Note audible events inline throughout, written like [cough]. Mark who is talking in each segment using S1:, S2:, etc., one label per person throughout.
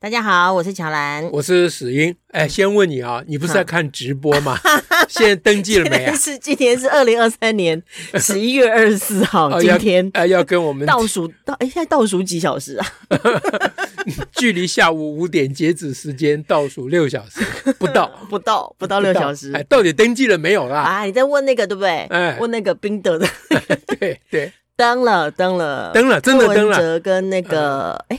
S1: 大家好，我是乔兰。
S2: [laughs] 我是史英。哎，先问你啊，你不是在看直播
S1: [laughs]
S2: 吗？现在登记了没啊
S1: 但？ [laughs] 是今天是二零二三年十一月二十四号，
S2: [laughs] 哦
S1: 今
S2: 要
S1: 天
S2: 哎、要跟我们
S1: 倒数到哎，现在倒数几小时啊？
S2: [laughs] 距离下午五点截止时间倒数六小
S1: [laughs]
S2: 时不到，
S1: 不到，不到六小时
S2: 哎，到底登记了没有啦？
S1: 啊！你在问那个对不对？
S2: 哎
S1: 问那个冰德的 [laughs]
S2: 对对，
S1: 登了，登了，
S2: 登了，真的
S1: 柯
S2: 登
S1: 文
S2: 了嗯
S1: 哲跟那个哎、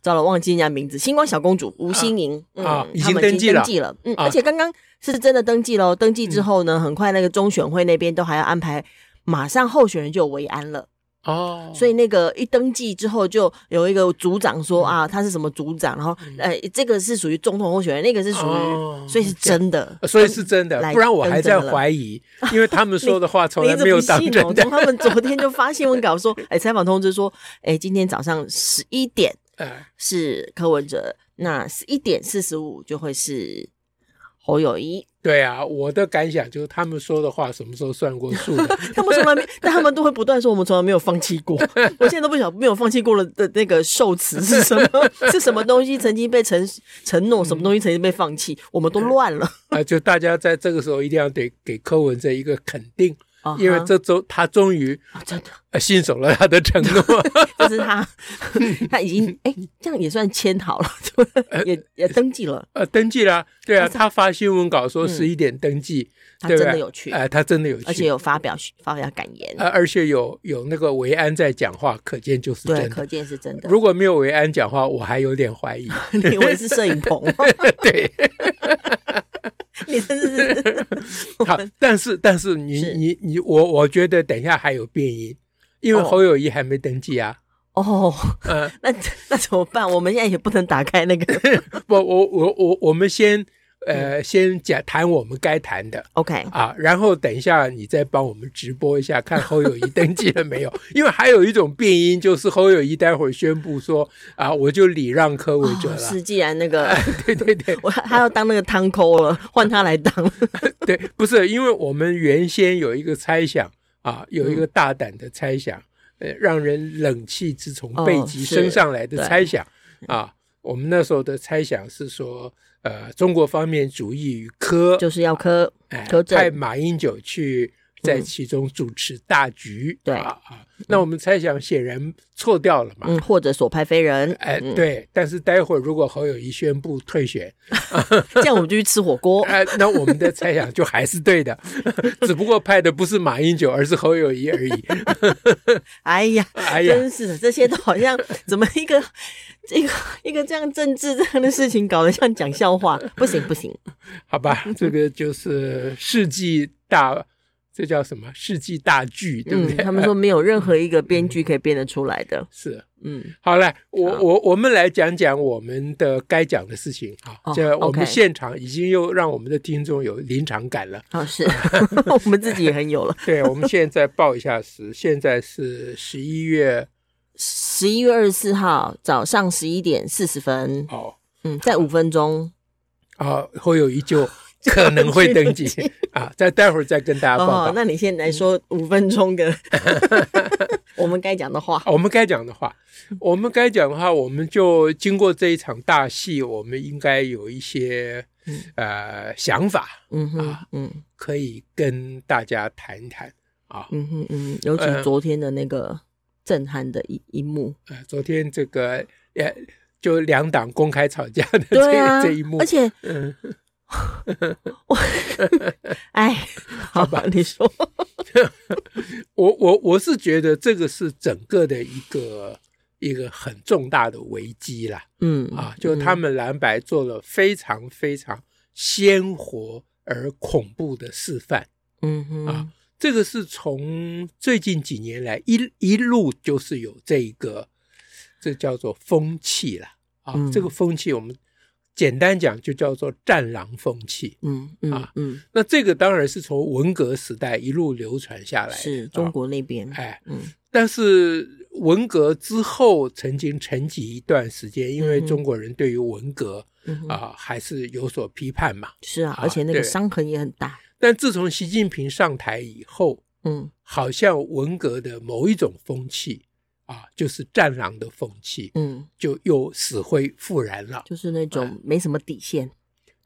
S1: 糟了，忘记人家名字，星光小公主吴心莹
S2: 啊已经
S1: 他们
S2: 登记了
S1: 登记了，嗯，
S2: 啊嗯
S1: 而且刚刚是真的登记喽。登记之后呢，很快那个中选会那边都还要安排。马上候选人就有维安了，
S2: 哦，
S1: 所以那个一登记之后，就有一个组长说
S2: 嗯
S1: 啊，他是什么组长，然后呃，这个是属于总统候选人，那个是属
S2: 哦
S1: 于，所以是真的，
S2: 所以是真的
S1: 来，
S2: 不然我还在
S1: 登真了
S2: 怀疑，因为他们说的话 [laughs]
S1: [laughs]
S2: 从
S1: 你
S2: 来
S1: 怎么
S2: 没有
S1: 不
S2: 当
S1: 信哦
S2: 真？的。
S1: 从他们昨天就发新闻稿说， [laughs] 哎，采访通知说，哎，今天早上十一点
S2: 哎
S1: 是柯文哲，那十一点四十五就会是侯友谊。
S2: 对啊，我的感想就是他们说的话什么时候算过数的？
S1: 他们从来没，但他们都会不断说我们从来没有放弃过。我现在都不晓得没有放弃过了的那个受词是什么，是什么东西曾经被承承诺，什么东西曾经被放弃，我们都乱了。
S2: 啊，就大家在这个时候一定要得给柯文哲一个肯定，
S1: 啊
S2: 因为
S1: 哈
S2: 这周他终于
S1: 啊真的，
S2: 呃信守了他的承诺。
S1: [laughs] 这是他，他已经哎，这样也算签好了，对不对也也登记了，
S2: 呃，登记啦，对啊，
S1: 他是
S2: 他发新闻稿说
S1: 嗯
S2: 十一点登记，
S1: 他
S2: 对不
S1: 真
S2: 对
S1: 的有去，
S2: 哎，他真的有
S1: 而且
S2: 去，
S1: 有发表发表感言，
S2: 呃，而且有有那个维安在讲话，可见就是
S1: 对，
S2: 真的。
S1: 可见是真的。
S2: 如果没有维安讲话，我还有点
S1: [laughs]
S2: 怀疑。
S1: 你以为是摄影棚？
S2: 对，
S1: [laughs] 你真是
S2: 好，但是但是你
S1: 是
S2: 你你我我觉得等一下还有变音，因为
S1: 哦
S2: 侯友谊还没登记啊。
S1: 哦， [laughs]
S2: 嗯，
S1: 那那怎么办？我们现在也不能打开那
S2: [laughs]
S1: 个。
S2: 不，我我我我们先
S1: 嗯
S2: 呃先讲谈我们该谈的。
S1: OK，
S2: 啊，然后等一下你再帮我们直播一下，看侯友谊登记了没有？ [laughs] 因为还有一种变音，就是侯友谊待会儿宣布说啊，我就礼让柯文哲
S1: 哦
S2: 了。
S1: 是，既然那个
S2: [laughs] 对对对
S1: 我他要当那个汤抠了，换他来当。
S2: 对，不是，因为我们原先有一个猜想啊，有一
S1: 嗯
S2: 个大胆的猜想，呃，让人冷气直从背
S1: 哦
S2: 脊
S1: 是
S2: 升上来的
S1: 对
S2: 猜想、啊。我们那时候的猜想是说，呃，中国方面主义与科
S1: 就是要科
S2: 哎
S1: 柯，震
S2: 派马英九去在其中主持大局。
S1: 对
S2: 啊啊，那我们猜想显然错掉了嘛。
S1: 嗯，或者所派非人，
S2: 哎，对，但是待会儿如果侯友谊宣布退选，
S1: 这样我们就去吃火锅。
S2: 哎，那我们的猜想就还是对
S1: [laughs]
S2: 的，只不过派的不是马英九，而是侯友谊
S1: [laughs]
S2: 而已。
S1: 哎呀，
S2: 哎呀，
S1: 真是的，这些都好像怎么一个一个一个这样政治这样的事情，搞得像讲笑话，不行不行。
S2: 好吧，这个就是世纪大，这叫什么世纪大剧，对不
S1: 嗯
S2: 对？，
S1: 他们说没有任何一个编剧可以编得出来的。
S2: [laughs] 是。
S1: 嗯，
S2: 好了，我
S1: 好
S2: 我我们来讲讲我们的该讲的事情啊
S1: 哦。
S2: 这我
S1: OK
S2: 们现场已经又让我们的听众有临场感了。
S1: 啊，是 [laughs] 我们自己也很有了。
S2: 对，我 [laughs] 们现在报一下时， [laughs] 现在是十一月
S1: 十一月二十四号早上十一点四十分，
S2: 哦
S1: 嗯，在五分钟。
S2: 啊，侯友谊就可能会登 [laughs] 记啊，再待会儿再跟大家报
S1: 哦，
S2: 告。嗯
S1: 那你先来说五分钟
S2: [laughs]
S1: 的我们该讲的话。
S2: 我们该讲的话，我们该讲的话，我们就经过这一场大戏，我们应该有一些
S1: 嗯
S2: 呃想法
S1: 嗯哼
S2: 啊，
S1: 嗯
S2: 可以跟大家谈一谈啊。
S1: 嗯哼嗯，尤其
S2: 呃
S1: 昨天的那个震撼的一一幕，
S2: 呃，昨天这个呃，就两党公开吵架的 [laughs] 这、
S1: 对啊
S2: 这一幕，
S1: 而且 [laughs]
S2: 嗯，
S1: 哎，好
S2: 吧
S1: 吧，你说，
S2: 我我我是觉得这个是整个的一个一个很重大的危机啦，
S1: 嗯
S2: 啊，就他们蓝白做了非常非常鲜活而恐怖的示范，
S1: 嗯哼
S2: 啊这个是从最近几年来一一路就是有这一个，这叫做风气啦，啊，
S1: 嗯
S2: 这个风气我们简单讲就叫做战狼风气。
S1: 嗯嗯
S2: 啊
S1: 嗯，
S2: 那这个当然是从文革时代一路流传下来的，
S1: 是
S2: 啊
S1: 中国那边，
S2: 哎，
S1: 嗯
S2: 但是文革之后曾经沉寂一段时间，因
S1: 嗯
S2: 为
S1: 哼
S2: 中国人对于文革
S1: 嗯哼，
S2: 啊、还是有所批判嘛。
S1: 是啊，
S2: 啊
S1: 而且那个
S2: 对
S1: 伤痕也很大，
S2: 但自从习近平上台以后，
S1: 嗯
S2: 好像文革的某一种风气啊，就是战狼的风气，
S1: 嗯，
S2: 就又死灰复燃了。
S1: 就是那
S2: 哎
S1: 种没什么底线，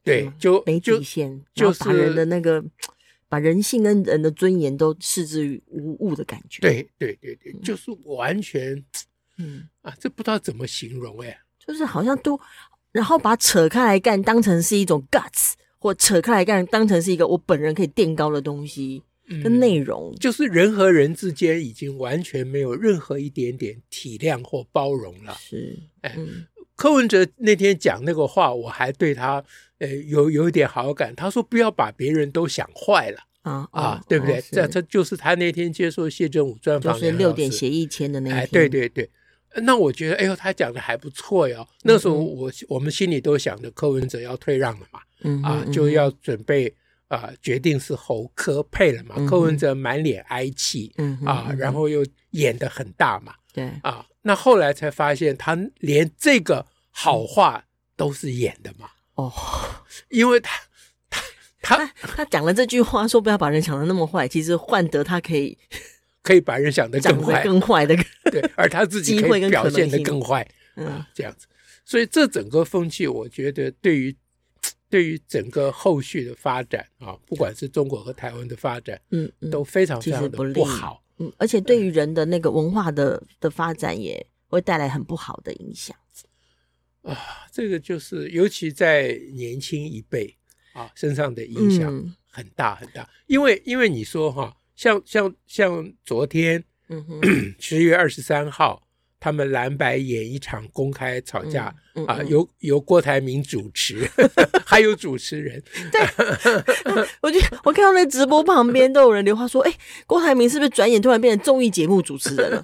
S2: 对，就
S1: 没
S2: 就
S1: 底线，
S2: 就
S1: 然后把人
S2: 是
S1: 的那个把人性跟人的尊严都视之于无物的感觉，，
S2: 对对对对，就是完全
S1: 嗯，
S2: 啊，这不知道怎么形容哎。
S1: 就是好像都，然后把扯开来干当成是一种 guts，或扯开来干当成是一个我本人可以垫高的东西跟
S2: 嗯，
S1: 内容，
S2: 就是人和人之间已经完全没有任何一点点体谅或包容了。
S1: 是，
S2: 哎
S1: 嗯
S2: 柯文哲那天讲那个话，我还对他呃有有一点好感。他说不要把别人都想坏了
S1: 啊
S2: 啊，
S1: 哦
S2: 对不对？
S1: 哦是
S2: 这这就是他那天接受谢振武专
S1: 就
S2: 访
S1: 是
S2: 梁
S1: 六
S2: 老
S1: 点
S2: 师
S1: 协议签的那一
S2: 哎，
S1: 天，
S2: 对对对。那我觉得，哎呦，他讲的还不错哟。
S1: 嗯
S2: 那时候我我们心里都想着柯文哲要退让了嘛，
S1: 嗯哼，
S2: 啊
S1: 嗯，哼
S2: 就要准备啊、决定是侯科配了嘛。
S1: 嗯哼
S2: 柯文哲满脸哀气
S1: 嗯哼
S2: 啊，
S1: 嗯
S2: 然后又演得很大嘛，
S1: 对，
S2: 啊，那后来才发现他连这个
S1: 嗯
S2: 好话都是演的嘛，
S1: 哦。
S2: 因为他他他
S1: 他他讲了这句话，说不要把人想的那么坏，其实换得他可以
S2: 可以把人想得
S1: 讲
S2: 更
S1: 会
S2: 坏，
S1: 更坏
S2: [laughs]
S1: 的。
S2: 对，而他自己
S1: 机
S2: 可
S1: 会
S2: 以
S1: 跟
S2: 表
S1: 可能
S2: 现得
S1: 性
S2: 更坏
S1: 嗯
S2: 啊，这样子。所以这整个风气，我觉得对于对于整个后续的发展啊，不管是中国和台湾的发展，
S1: 嗯嗯
S2: 都非常非
S1: 其实
S2: 常
S1: 不
S2: 的
S1: 利
S2: 不好。
S1: 嗯，而且对于人的那个文化的的发展，也会带来很不好的影响。
S2: 啊，这个就是尤其在年轻一辈啊身上的影响
S1: 嗯
S2: 很大很大，因为因为你说哈，像像像昨天
S1: 嗯哼，
S2: 十月二十三号，他们蓝白演一场公开吵架。
S1: 嗯
S2: 啊，
S1: 嗯
S2: 由由郭台铭主持， [laughs] 还有主持人，
S1: 我就我看到那直播旁边都有人留话说，哎、郭台铭是不是转眼突然变成综艺节目主持人了？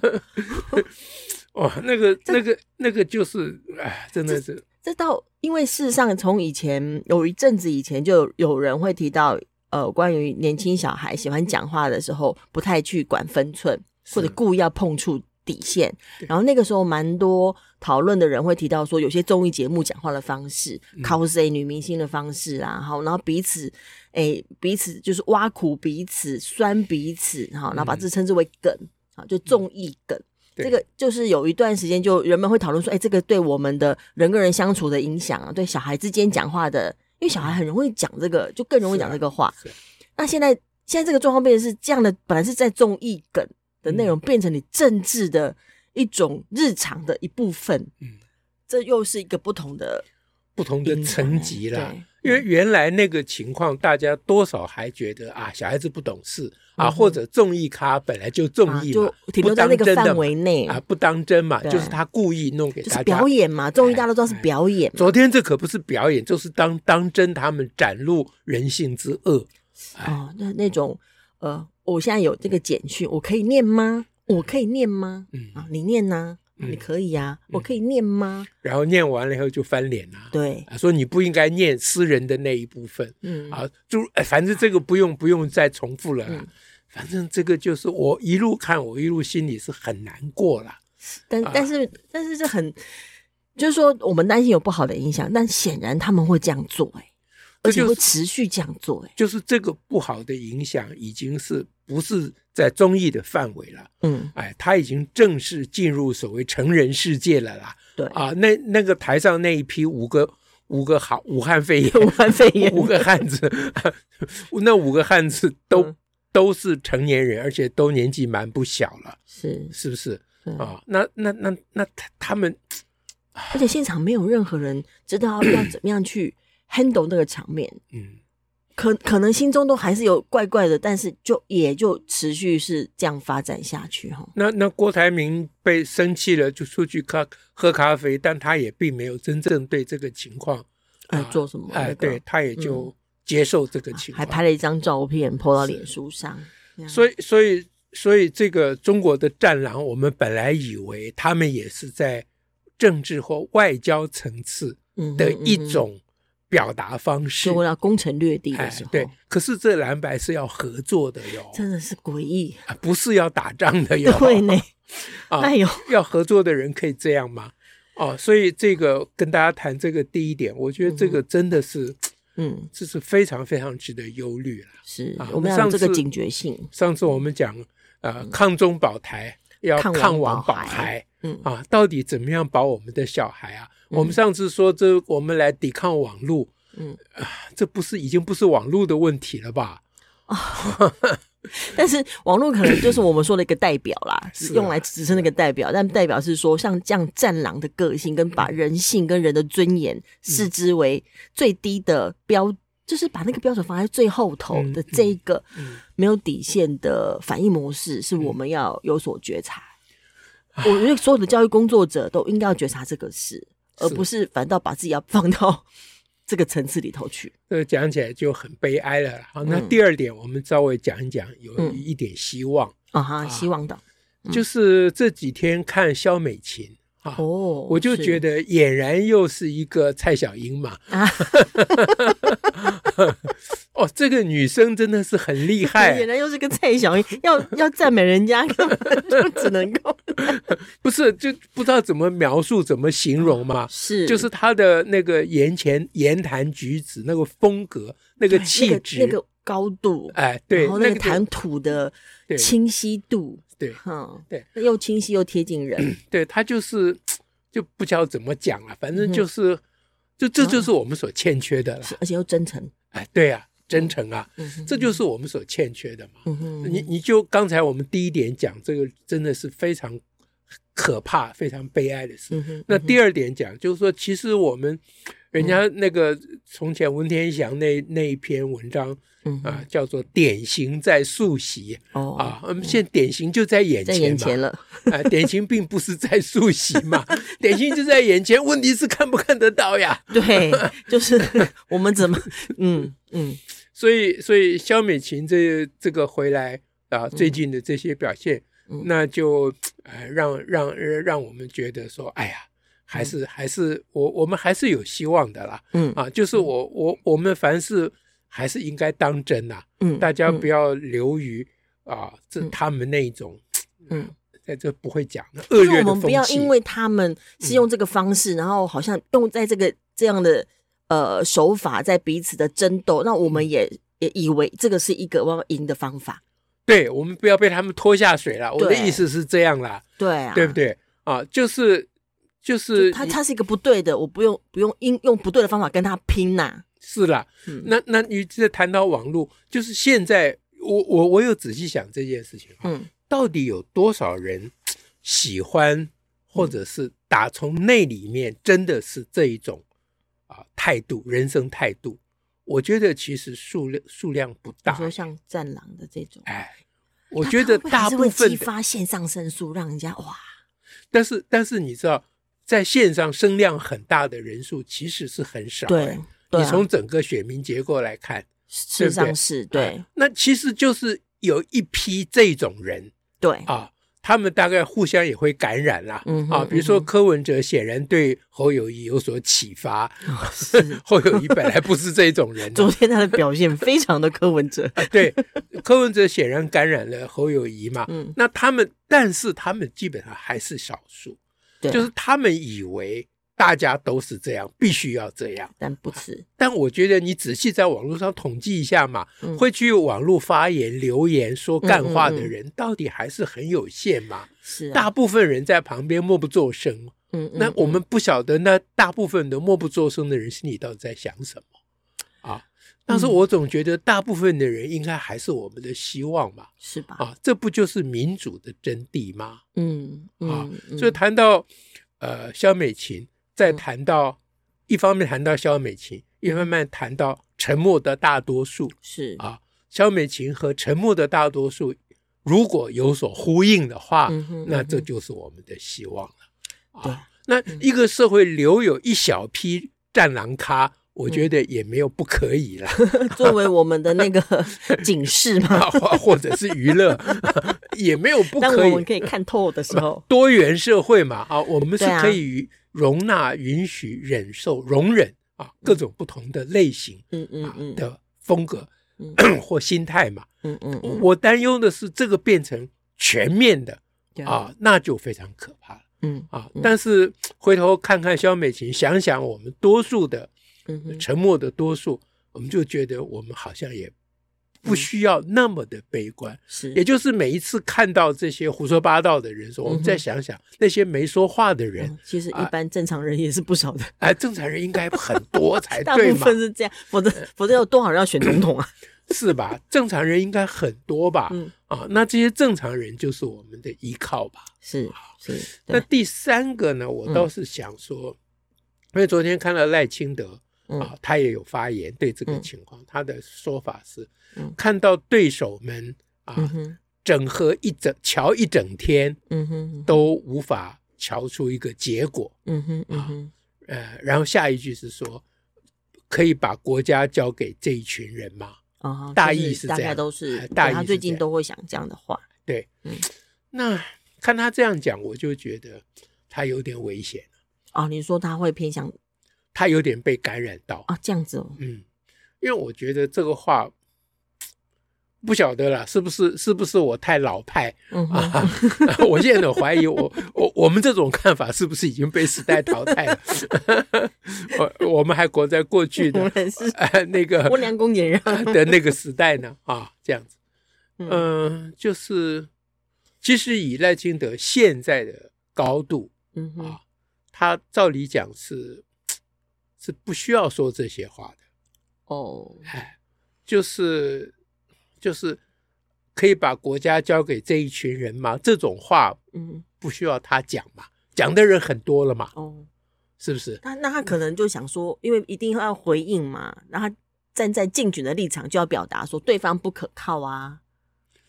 S2: 哦，那个那个那个就是，哎，真的是，
S1: 这到因为事实上，从以前有一阵子以前就有有人会提到，呃，关于年轻小孩喜欢讲话的时候不太去管分寸，或者
S2: 是
S1: 故意要碰触底线。
S2: 对
S1: 然后那个时候蛮多讨论的人会提到说，有些综艺节目讲话的方式、
S2: 嗯
S1: cosplay 女明星的方式啊，好，然后彼此。哎，彼此就是挖苦彼此、酸彼此，哈，然后把
S2: 嗯
S1: 这称之为梗，好，就综艺梗。
S2: 对
S1: 这个就是有一段时间，就人们会讨论说，哎，这个对我们的人跟人相处的影响啊，对小孩之间讲话的，因为小孩很容易讲这个，就更容易
S2: 是啊
S1: 讲这个话。
S2: 是啊
S1: 那现在现在这个状况变成是这样的，本来是在综艺梗的内容，
S2: 嗯
S1: 变成你政治的一种日常的一部分。
S2: 嗯
S1: 这又是一个不同的
S2: 不同的
S1: 影响
S2: 层
S1: 哎
S2: 级啦。
S1: 对
S2: 因为原来那个情况，大家多少还觉得啊，小孩子不懂事啊，
S1: 嗯哼
S2: 或者综艺咖本来就综
S1: 啊，
S2: 艺嘛
S1: 就，停留
S2: 不
S1: 在
S2: 当
S1: 那
S2: 真
S1: 个
S2: 的
S1: 范
S2: 嘛
S1: 围内
S2: 啊，不当真嘛，
S1: 对
S2: 就是他故意弄给
S1: 就
S2: 大
S1: 是
S2: 家哎
S1: 表。演嘛，综艺大家都知道是表演嘛。
S2: 昨天这可不是表演，就是当当真，他们展露人性之恶。哎
S1: 哦，那那种呃，我现在有这个简讯，我可以念吗？我可以念吗？
S2: 嗯，
S1: 啊，你念呐、
S2: 嗯
S1: 你可以呀、我可以念吗？
S2: 然后念完了以后就翻脸了、
S1: 对，
S2: 啊，说你不应该念私人的那一部分
S1: 嗯，
S2: 啊，就、哎反正这个不用不用再重复了啦
S1: 嗯
S2: 反正这个就是我一路看，我一路心里是很难过啦。
S1: 但
S2: 啊
S1: 但是但是这很，就是说我们担心有不好的影响，但显然他们会这样做、哎，而
S2: 这
S1: 且
S2: 就
S1: 会
S2: 是
S1: 持续这样做、哎，
S2: 就是这个不好的影响已经是不是在综艺的范围了？
S1: 嗯，
S2: 哎，他已经正式进入所谓成人世界了啦！
S1: 对，
S2: 啊，那那个台上那一批五个五个好武汉肺炎
S1: 武汉肺炎
S2: 五个汉子， [laughs] 那五个汉子都、
S1: 嗯
S2: 都是成年人，而且都年纪蛮不小了，
S1: 是，
S2: 是不是？
S1: 对
S2: 啊，那那那那他他们
S1: 而且现场没有任何人知道要怎么样去 handle 那个场面，
S2: 嗯，
S1: 可可能心中都还是有怪怪的，但是就也就持续是这样发展下去哈。
S2: 那那郭台铭被生气了，就出去咖喝咖啡，但他也并没有真正对这个情况
S1: 呃
S2: 啊
S1: 做什么那
S2: 哎、
S1: 个
S2: 对，他也就接受这个情
S1: 嗯还
S2: 况，
S1: 拍了一张照片 p 到脸书上，嗯以
S2: 所以所以所以这个中国的战狼，我们本来以为他们也是在政治或外交层次
S1: 嗯哼
S2: 的一
S1: 嗯哼
S2: 种表达方式
S1: 所以。我要攻城略地的
S2: 哎
S1: 时候，，
S2: 对，可是这蓝白是要合作的哟，
S1: 真的是诡异，
S2: 啊不是要打仗的哟。
S1: [laughs] 对呢， [laughs]
S2: 啊，
S1: 哎呦，
S2: 要合作的人可以这样吗？哦，所以这个跟大家谈这个第一点，我觉得这个真的是，
S1: 嗯，
S2: 这是非常非常值得忧虑了。
S1: 是
S2: 啊
S1: 我们
S2: 我们
S1: 要有
S2: 上
S1: 这个
S2: 次
S1: 警觉性，
S2: 上次我们讲，呃，抗中保台要
S1: 嗯抗
S2: 抗
S1: 王
S2: 王
S1: 保
S2: 保
S1: 孩
S2: 孩
S1: 嗯
S2: 啊，到底怎么样保我们的小孩啊？
S1: 嗯
S2: 我们上次说这我们来抵抗网络，
S1: 嗯
S2: 啊，这不是已经不是网络的问题了吧？
S1: 但是网络可能就是我们说的一个代表啦，
S2: [coughs] 是啊
S1: 用来支撑那个代表。但代表是说，像这样战狼的个性，跟把人性跟人的尊严视之为最低的标，就是把那个标准放在最后头
S2: 嗯
S1: 的这一个
S2: 嗯
S1: 没有底线的反应模式，是我们要有所觉察。我觉得所有的教育工作者都应该要觉察这个事，而不是反倒把自己要放到这个层次里头去。
S2: 这讲起来就很悲哀了啦。好，那
S1: 嗯
S2: 第二点，我们稍微讲一讲，有
S1: 嗯
S2: 一点希望，
S1: 啊哈，希望的嗯
S2: 就是这几天看肖美琴啊，
S1: 哦，
S2: 我就觉
S1: 得
S2: 得俨然又是一个蔡小英嘛。
S1: 啊
S2: [laughs] 哦，这个女生真的是很厉害
S1: 俨，然又是个蔡小
S2: [laughs]
S1: 英，要要赞美人家， [laughs] 根本就只能够
S2: 不是就不知道怎么描述、怎么形容嘛。
S1: 哦是
S2: [laughs] 就是她的那个言前言谈举止、那个风格、那个
S1: 对
S2: 气质，
S1: 那个、那个高度，
S2: 哎，对，
S1: 然后那个
S2: 就
S1: 谈吐的
S2: 对
S1: 清晰度，
S2: 对
S1: 哼，
S2: 对，嗯
S1: 又清晰又贴近人，
S2: 对他就是就不晓得怎么讲了，反正就是、就这就是我们所欠缺的了。
S1: 嗯是而且又真诚，
S2: 哎，对啊，真诚啊，
S1: 嗯哼
S2: 这就是我们所欠缺的嘛。
S1: 嗯哼，
S2: 你你就刚才我们第一点讲这个真的是非常可怕、非常悲哀的事。
S1: 嗯哼，
S2: 那第二点讲就是说，其实我们人家那个从前文天祥那那一篇文章
S1: 嗯哼
S2: 啊、叫做“典型在溯袭”
S1: 哦，
S2: 啊，我们现在典型就在眼
S1: 在
S2: 前嘛。
S1: 眼前了，
S2: 啊，典型并不是在速习
S1: [laughs]
S2: 嘛，典型就在眼前，问题是看不看得到呀。
S1: 对， [laughs] 就是我们怎么，嗯嗯
S2: 所以，所以肖美琴这这个回来啊，最近的这些表现，
S1: 嗯
S2: 那就呃，让让呃让我们觉得说，哎呀，还是、还是我我们还是有希望的啦。
S1: 嗯
S2: 啊，就是我我我们凡事还是应该当真呐、
S1: 嗯，
S2: 大家
S1: 嗯
S2: 不要流于啊，这
S1: 嗯
S2: 他们那一种，
S1: 嗯。
S2: 在这不会讲的
S1: 就
S2: 恶
S1: 是
S2: 劣
S1: 我
S2: 的
S1: 们不
S2: 风
S1: 要
S2: 气。嗯
S1: 因为他们是用这个方式，然后好像用在这个这样的呃手法在彼此的争斗，那我们也、也以为这个是一个我要赢的方法，
S2: 对，我们不要被他们拖下水了。我的
S1: 对
S2: 意思是这样啦，
S1: 对啊，
S2: 对不？对？啊，就是就是
S1: 他他是一个不对的，我不用不用因用不对的方法跟他拼呐、
S2: 是啦。
S1: 嗯
S2: 那那你这谈到网络，就是现在我我我有仔细想这件事情啊，
S1: 嗯
S2: 到底有多少人喜欢，或者是打从内里面真的是这一种啊态度，人生态度？我觉得其实数量数量不
S1: 你
S2: 大，
S1: 说像战狼的这种，
S2: 哎，我觉得
S1: 他会不会还
S2: 大
S1: 是
S2: 部
S1: 会
S2: 分
S1: 激
S2: 的
S1: 发线上申诉，让人家哇，
S2: 但是但是你知道，在线上声量很大的人数其实是很少。
S1: 对
S2: 哎
S1: 对、
S2: 你
S1: 啊，
S2: 从整个选民结构来看，
S1: 事实上是对
S2: 啊那其实就是有一批这种人
S1: 对，
S2: 啊。他们大概互相也会感染啦，
S1: 嗯哼
S2: 啊，比如说
S1: 嗯哼
S2: 柯文哲显然对侯友谊有所启发，
S1: 是
S2: [laughs] 侯友谊本来不是这
S1: [laughs]
S2: 种人的、
S1: 昨天他的表现非常的柯文哲，
S2: 啊对，柯文哲显然感染了侯友谊嘛，
S1: 嗯，
S2: 那他们，但是他们基本上还是少数，
S1: 对，
S2: 就是他们以为大家都是这样，必须要这样。
S1: 但不吃，
S2: 但我觉得你仔细在网络上统计一下嘛，
S1: 嗯
S2: 会去网络发言、留言说干话的
S1: 嗯
S2: 人，到底还是很有限嘛。
S1: 是、啊、
S2: 大部分人在旁边默不作声，
S1: 嗯，嗯
S2: 那我们不晓得，那大部分的默不作声的人心里到底在想什么啊？但是
S1: 嗯
S2: 我总觉得大部分的人应该还是我们的希望嘛，
S1: 是吧？
S2: 啊，这不就是民主的真谛吗？
S1: 嗯
S2: 啊
S1: 嗯，嗯
S2: 所以谈到呃肖美琴，再谈到、一方面谈到肖美琴，一方面谈到沉默的大多数
S1: 是
S2: 啊，肖美琴和沉默的大多数如果有所呼应的话，
S1: 嗯哼
S2: 那
S1: 嗯
S2: 这
S1: 哼
S2: 就是我们的希望了。
S1: 对嗯
S2: 啊，那一个社会留有一小批战狼咖，我觉得也没有不可以
S1: [laughs]
S2: 啦。
S1: 作为我们的那个
S2: [laughs]
S1: 警示嘛，
S2: 啊或或者是娱乐， [laughs] 也没有不
S1: 当
S2: 可
S1: 我
S2: 以。 [laughs]
S1: 们可以看透的时候，
S2: 多元社会嘛，啊，我们是
S1: 对啊
S2: 可以容纳、允许、忍受、容忍啊，各种不同的类型
S1: 嗯嗯
S2: 啊
S1: 嗯
S2: 的风格
S1: 嗯
S2: [clears throat] 或心态嘛。
S1: 嗯嗯嗯，
S2: 我担忧的是这个变成全面的
S1: 对，
S2: 啊，那就非常可怕了
S1: 嗯
S2: 啊。但是回头看看肖美琴，想想我们多数的
S1: 嗯哼
S2: 沉默的多数，我们就觉得我们好像也
S1: 嗯
S2: 不需要那么的悲观。
S1: 是，
S2: 也就是每一次看到这些胡说八道的人说，
S1: 嗯
S2: 我们
S1: 哼
S2: 再想想那些没说话的人
S1: 嗯，其实一
S2: 啊
S1: 般正常人也是不少的，
S2: 哎，正常人应该很
S1: [laughs]
S2: 多才
S1: 大
S2: 哎对
S1: 部
S2: 嘛，呃
S1: 分是这样，否则否则要多少人要选总统啊？
S2: 是吧？正常人应该很多吧？
S1: 嗯
S2: 啊，那这些正常人就是我们的依靠吧。
S1: 是是，对，
S2: 那
S1: 嗯
S2: 第三个呢，我倒是想说，因为昨天看到赖清德
S1: 嗯
S2: 啊，他也有发言对这个
S1: 嗯
S2: 情况，他的说法是
S1: 嗯，
S2: 看到对手们
S1: 嗯
S2: 啊
S1: 哼
S2: 整合一整瞧一整天
S1: 嗯哼
S2: 都无法瞧出一个结果，
S1: 嗯哼嗯哼
S2: 呃，然后下一句是说，可以把国家交给这一群人吗？
S1: 啊，
S2: 大
S1: 就
S2: 意
S1: 是
S2: 是
S1: 大
S2: 这
S1: 概
S2: 样
S1: 都是
S2: 哎，大
S1: 对
S2: 意
S1: 他
S2: 是
S1: 最
S2: 这
S1: 近
S2: 样
S1: 都会讲这样的话，
S2: 对，
S1: 嗯
S2: 那看他这样讲，我就觉得他有点危险，
S1: 哦，你说他会偏向
S2: 他有点被感染到，
S1: 啊这样子哦，
S2: 嗯，因为我觉得这个话不晓得啦，是不是是不是我太老派
S1: 嗯哼
S2: 啊？ [laughs] 我现在有怀疑我我我们这种看法是不是已经被时代淘汰了？ [laughs] 我我们还活在过去
S1: 我
S2: 的、
S1: 们是
S2: 呃、那个
S1: [laughs] 温良恭俭让，
S2: [laughs] 的那个时代呢？啊，这样子，
S1: 嗯
S2: 嗯、就是其实以赖清德现在的高度，
S1: 嗯哼
S2: 啊，他照理讲是是不需要说这些话的，
S1: 哦，
S2: 哎，就是就是可以把国家交给这一群人吗？这种话
S1: 嗯
S2: 不需要他讲嘛，讲的人很多了嘛，
S1: 哦，
S2: 是不是？
S1: 那那他可能就想说，因为一定要回应嘛，然后他站在竞选的立场就要表达说对方不可靠啊，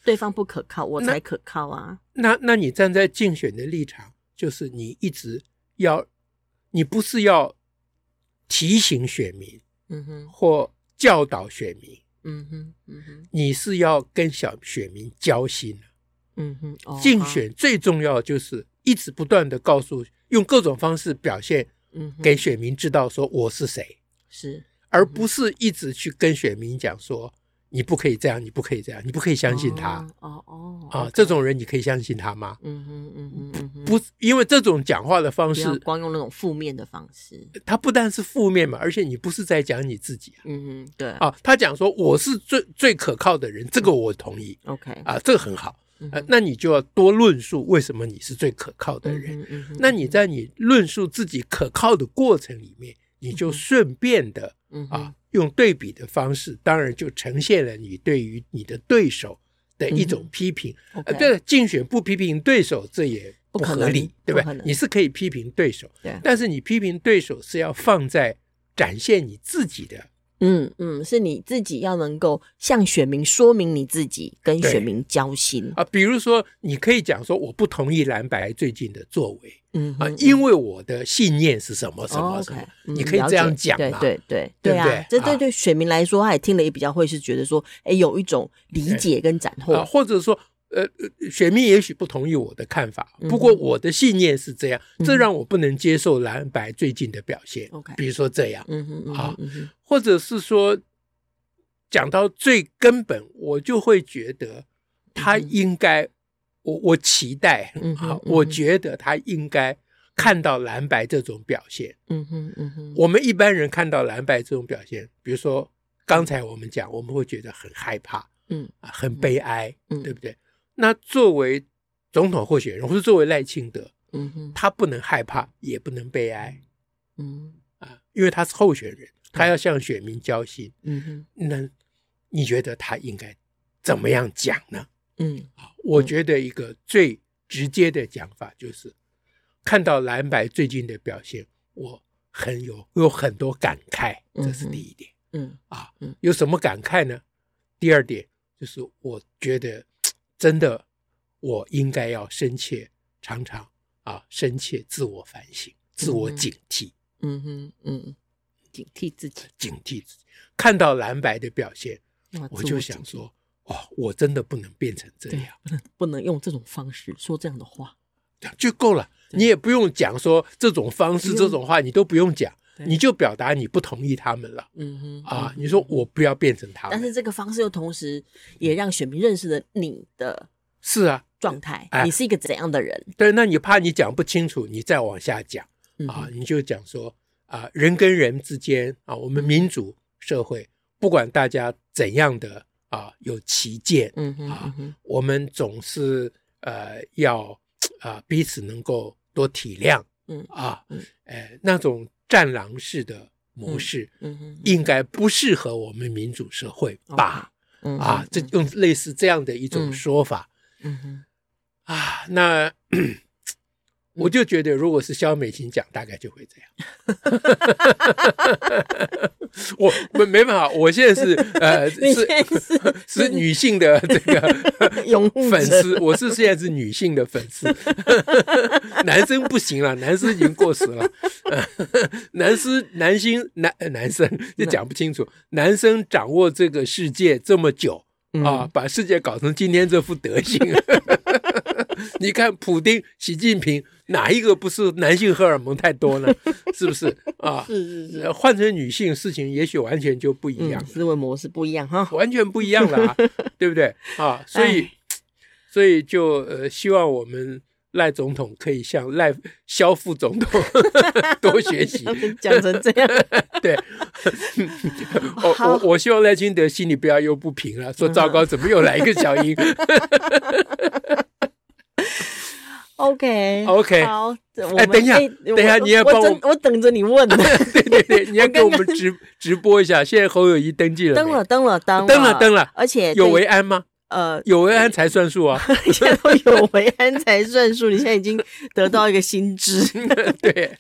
S1: 对方不可靠，我
S2: 那
S1: 才可靠啊。
S2: 那那你站在竞选的立场，就是你一直要，你不是要提醒选民
S1: 嗯哼，
S2: 或教导选民，
S1: 嗯哼，嗯哼，
S2: 你是要跟小选民交心啊
S1: 嗯哼，哦
S2: 竞，选最重要就是一直不断的告诉，用各种方式表现
S1: 好嗯哼，
S2: 给选民知道说我是
S1: 嗯
S2: 谁，
S1: 是
S2: 而不是一直去跟选民讲说你不可以这样，你不可以这样，你不可以相信他
S1: 哦哦哦
S2: 啊，这，种人你可以相信他吗？
S1: OK 嗯哼，嗯哼，嗯哼，
S2: 不，因为这种讲话的方
S1: 不要
S2: 式，
S1: 光用那种负面的方式。
S2: 他不但是负面嘛，而且你不是在讲你自己啊。
S1: 嗯哼，对
S2: 啊，他讲说我是最最可靠的人，这个我同意
S1: ，OK，
S2: 啊，这个很好。
S1: 嗯
S2: 呃
S1: 哼，
S2: 那你就要多论述为什么你是最可靠的呃
S1: 嗯
S2: 人。
S1: 哼，嗯哼
S2: 那你在你论述自己可靠的过程里面，你就顺便的
S1: 嗯哼
S2: 啊，用对比的方式，当然就呈现了你对于你的对手的一
S1: 嗯
S2: 种批评。
S1: ，OK，
S2: 呃，对了，竞选不批评对手，这也
S1: 不可
S2: 合理
S1: 能，
S2: 对
S1: 不可
S2: 吧？
S1: 能
S2: 你是可以批评对手
S1: 对，
S2: 但是你批评对手是要放在展现你自己的，
S1: 嗯嗯，是你自己要能够向选民说明你自己，跟
S2: 对
S1: 选民交心。
S2: 啊，比如说，你可以讲说我不同意蓝白最近的作为
S1: 嗯
S2: 啊
S1: 哼，
S2: 因为我的信念是什么什
S1: 哦
S2: 么
S1: ，OK，
S2: 什么，
S1: 嗯
S2: 你可以
S1: 了
S2: 这样
S1: 解
S2: 讲
S1: 对
S2: 嘛。
S1: 对对
S2: 对不
S1: 啊
S2: 对，
S1: 这对
S2: 啊
S1: 对选民来说，他也听了也比较会是觉得说，哎，有一种理
S2: 对
S1: 解跟斩
S2: 啊，
S1: 获。
S2: 或者说，呃，呃选民也许不同意我的看法，
S1: 嗯哼
S2: 不过我的信念是这样，
S1: 嗯
S2: 这让我不能接受蓝白最近的表现。
S1: OK
S2: 比如说这样，
S1: 嗯哼嗯哼
S2: 啊
S1: 嗯哼，
S2: 或者是说，讲到最根本，我就会觉得他应该，我我期待
S1: 嗯哼
S2: 啊
S1: 嗯，哼
S2: 我觉得他应该看到蓝白这种表现。
S1: 嗯哼嗯哼，
S2: 我们一般人看到蓝白这种表现，比如说刚才我们讲，我们会觉得很害怕，
S1: 嗯
S2: 啊，很悲哀，
S1: 嗯
S2: 对不对？那作为总统候选人，或是作为赖清德，
S1: 嗯哼
S2: 他不能害怕，也不能悲哀
S1: 嗯
S2: 啊，因为他是候选人，他要向选民交心。
S1: 嗯哼
S2: 那你觉得他应该怎么样讲呢？
S1: 嗯
S2: 啊，我觉得一个最直接的讲法就是，看到蓝白最近的表现，我很有有很多感慨，这是第一点。
S1: 嗯
S2: 啊
S1: 嗯，
S2: 有什么感慨呢？第二点就是，我觉得真的，我应该要深切常常啊，深切自我反省、自我
S1: 嗯
S2: 警惕、
S1: 嗯哼嗯，警惕自己，
S2: 警惕自己。看到蓝白的表现，
S1: 哇
S2: 我
S1: 啊自
S2: 就
S1: 我
S2: 想
S1: 警惕
S2: 说，哦，我真的不能变成这
S1: 对
S2: 样。
S1: 不能不能用这种方式说这样的话。
S2: 就够了。
S3: 对
S2: 你也不用讲说这种方式、
S3: 不用
S2: 这种话，你都不用讲，
S3: 对
S2: 你就表达你不同意他们了
S3: 嗯哼
S2: 啊！你说我不要变成他
S1: 但
S2: 们，
S1: 是这个方式又同时
S2: 嗯
S1: 也让选民认识了你的
S2: 是啊，
S1: 状态，
S2: 哎
S1: 你是一个怎样的人
S2: 对，那你怕你讲不清楚，你再往下讲
S1: 嗯
S2: 啊，，你就讲说啊，人跟人之间啊，我们民主社会，不管大家怎样的啊有歧见，
S1: 嗯哼
S2: 啊
S1: 嗯哼，
S2: 我们总是呃要啊、彼此能够多体谅，
S1: 嗯
S2: 啊
S1: 嗯，
S2: 呃那种战狼式的模式，
S1: 嗯哼，
S2: 应该不适合我们民主社会吧？
S1: 嗯哼
S2: 啊，这用类似这样的一种
S1: 嗯
S2: 说法、
S1: 嗯哼，
S2: 啊，那我就觉得，如果是肖美琴讲，大概就会这样。我没没办法，我现在是呃
S1: 你现
S2: 是 [laughs]
S1: 在是
S2: 是女性的这个
S1: [laughs] 拥护者
S2: 粉丝，我是现在是女性的粉丝， [laughs] 男生不行了，男生已经过时了， [laughs] 男生男星男呃男生就讲不清楚，男生掌握这个世界这么久
S1: 嗯
S2: 啊，把世界搞成今天这副德行， [laughs] 你看普丁、习近平哪一个不是男性荷尔蒙太多呢？ [laughs] 是不是啊？
S1: 是是是，
S2: 呃换成女性，事情也许完全就不一样
S1: 嗯，。思维模式不一样哈，
S2: 完全不一
S1: [laughs]
S2: 样了、啊，对不对啊？所以，
S1: 哎
S2: 所以就呃，希望我们赖总统可以向赖肖副总统 [laughs] 多学习。
S1: 讲成这样，
S2: [laughs] 对，我
S1: [laughs] 好嗯
S2: 我我希望赖清德心里不要又不平了，说糟糕，怎么又来一个小英？
S1: OK
S2: OK
S1: 好，这我
S2: 哎
S1: 们
S2: 等一下
S1: 哎
S2: 等一下
S1: 我
S2: 你也
S1: 我
S2: 帮我
S1: 等我等着你
S2: [laughs]
S1: 问呢，
S2: 对对对，你要给我们直直播一下，现在侯友谊登记了没，
S1: 登了登了登
S2: 登了登了
S1: 而且
S2: 有
S1: 对
S2: 维安吗？
S1: 呃 [laughs]
S2: 有维安才算数啊！
S1: 现在都有维安才算数，你现在已经得到一个新知
S2: 对，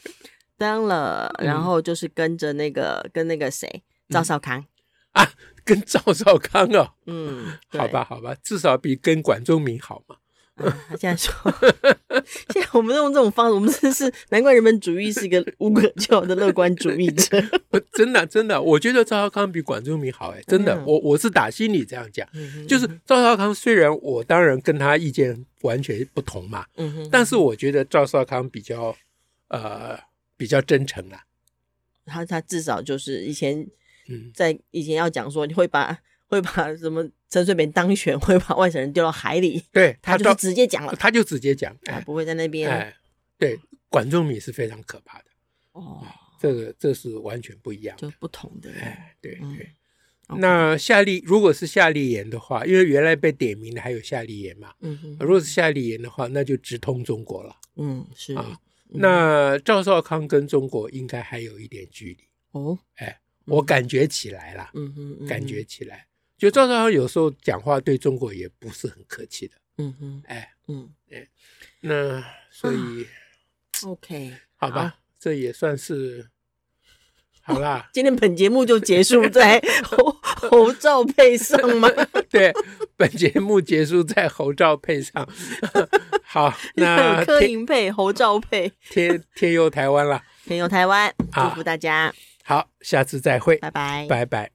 S1: 登了，
S2: 嗯
S1: 然后就是跟着那个跟那个谁赵少康，
S2: 跟赵少康啊，
S1: 嗯，对
S2: 好吧，好吧，至少比跟管仲明好嘛。
S1: 嗯他现在说， [laughs] 现在我们用这种方式，我们真是难怪人本主义是一个无可救药的乐观主义者。
S2: 不，真的真的，我觉得赵少康比管仲明好哎，真的
S1: 嗯，
S2: 我我是打心里这样讲， [laughs] 就是赵少康虽然我当然跟他意见完全不同嘛，
S1: 嗯哼，
S2: 但是我觉得赵少康比较呃比较真诚啊，
S1: 他他至少就是以前
S2: 嗯，
S1: 在以前要讲说，你会把会把什么陈水扁当选，会把外省人丢到海里，
S2: 对
S1: 他就是
S2: 到
S1: 直接讲了，
S2: 他就直接讲，
S1: 啊，
S2: 哎
S1: 不会在那边
S2: 哎，对，管仲明是非常可怕的，
S1: 哦，
S2: 这个这是完全不一样的，
S1: 就不同的人。
S2: 哎，对
S1: 嗯
S2: 对。
S1: OK
S2: 那夏丽如果是夏丽妍的话，因为原来被点名的还有夏丽妍嘛，
S1: 嗯哼
S2: 如果是夏丽妍的话，那就直通中国了。
S1: 嗯，是
S2: 啊那赵少康跟中国应该还有一点距离，
S1: 哦，
S2: 我感觉起来啦，
S1: 嗯哼，嗯哼
S2: 感觉，起来，就赵少康有时候讲话对中国也不是很客气的，
S1: 嗯哼，
S2: 哎，
S1: 嗯
S2: 那所以、
S1: ，OK，，
S2: 好吧，这也算是好啦
S1: [laughs] 今天本节目就结束在侯侯照配上吗？
S2: [laughs] 对，本节目结束在侯照配上，
S1: [laughs]
S2: 好，那
S1: 柯
S2: 天
S1: 银配、侯照配，
S2: 天天佑台湾啦，
S1: 天佑台湾，
S2: 啊
S1: 祝福大家，
S2: 好，下次再会，
S1: 拜拜。
S2: 拜拜。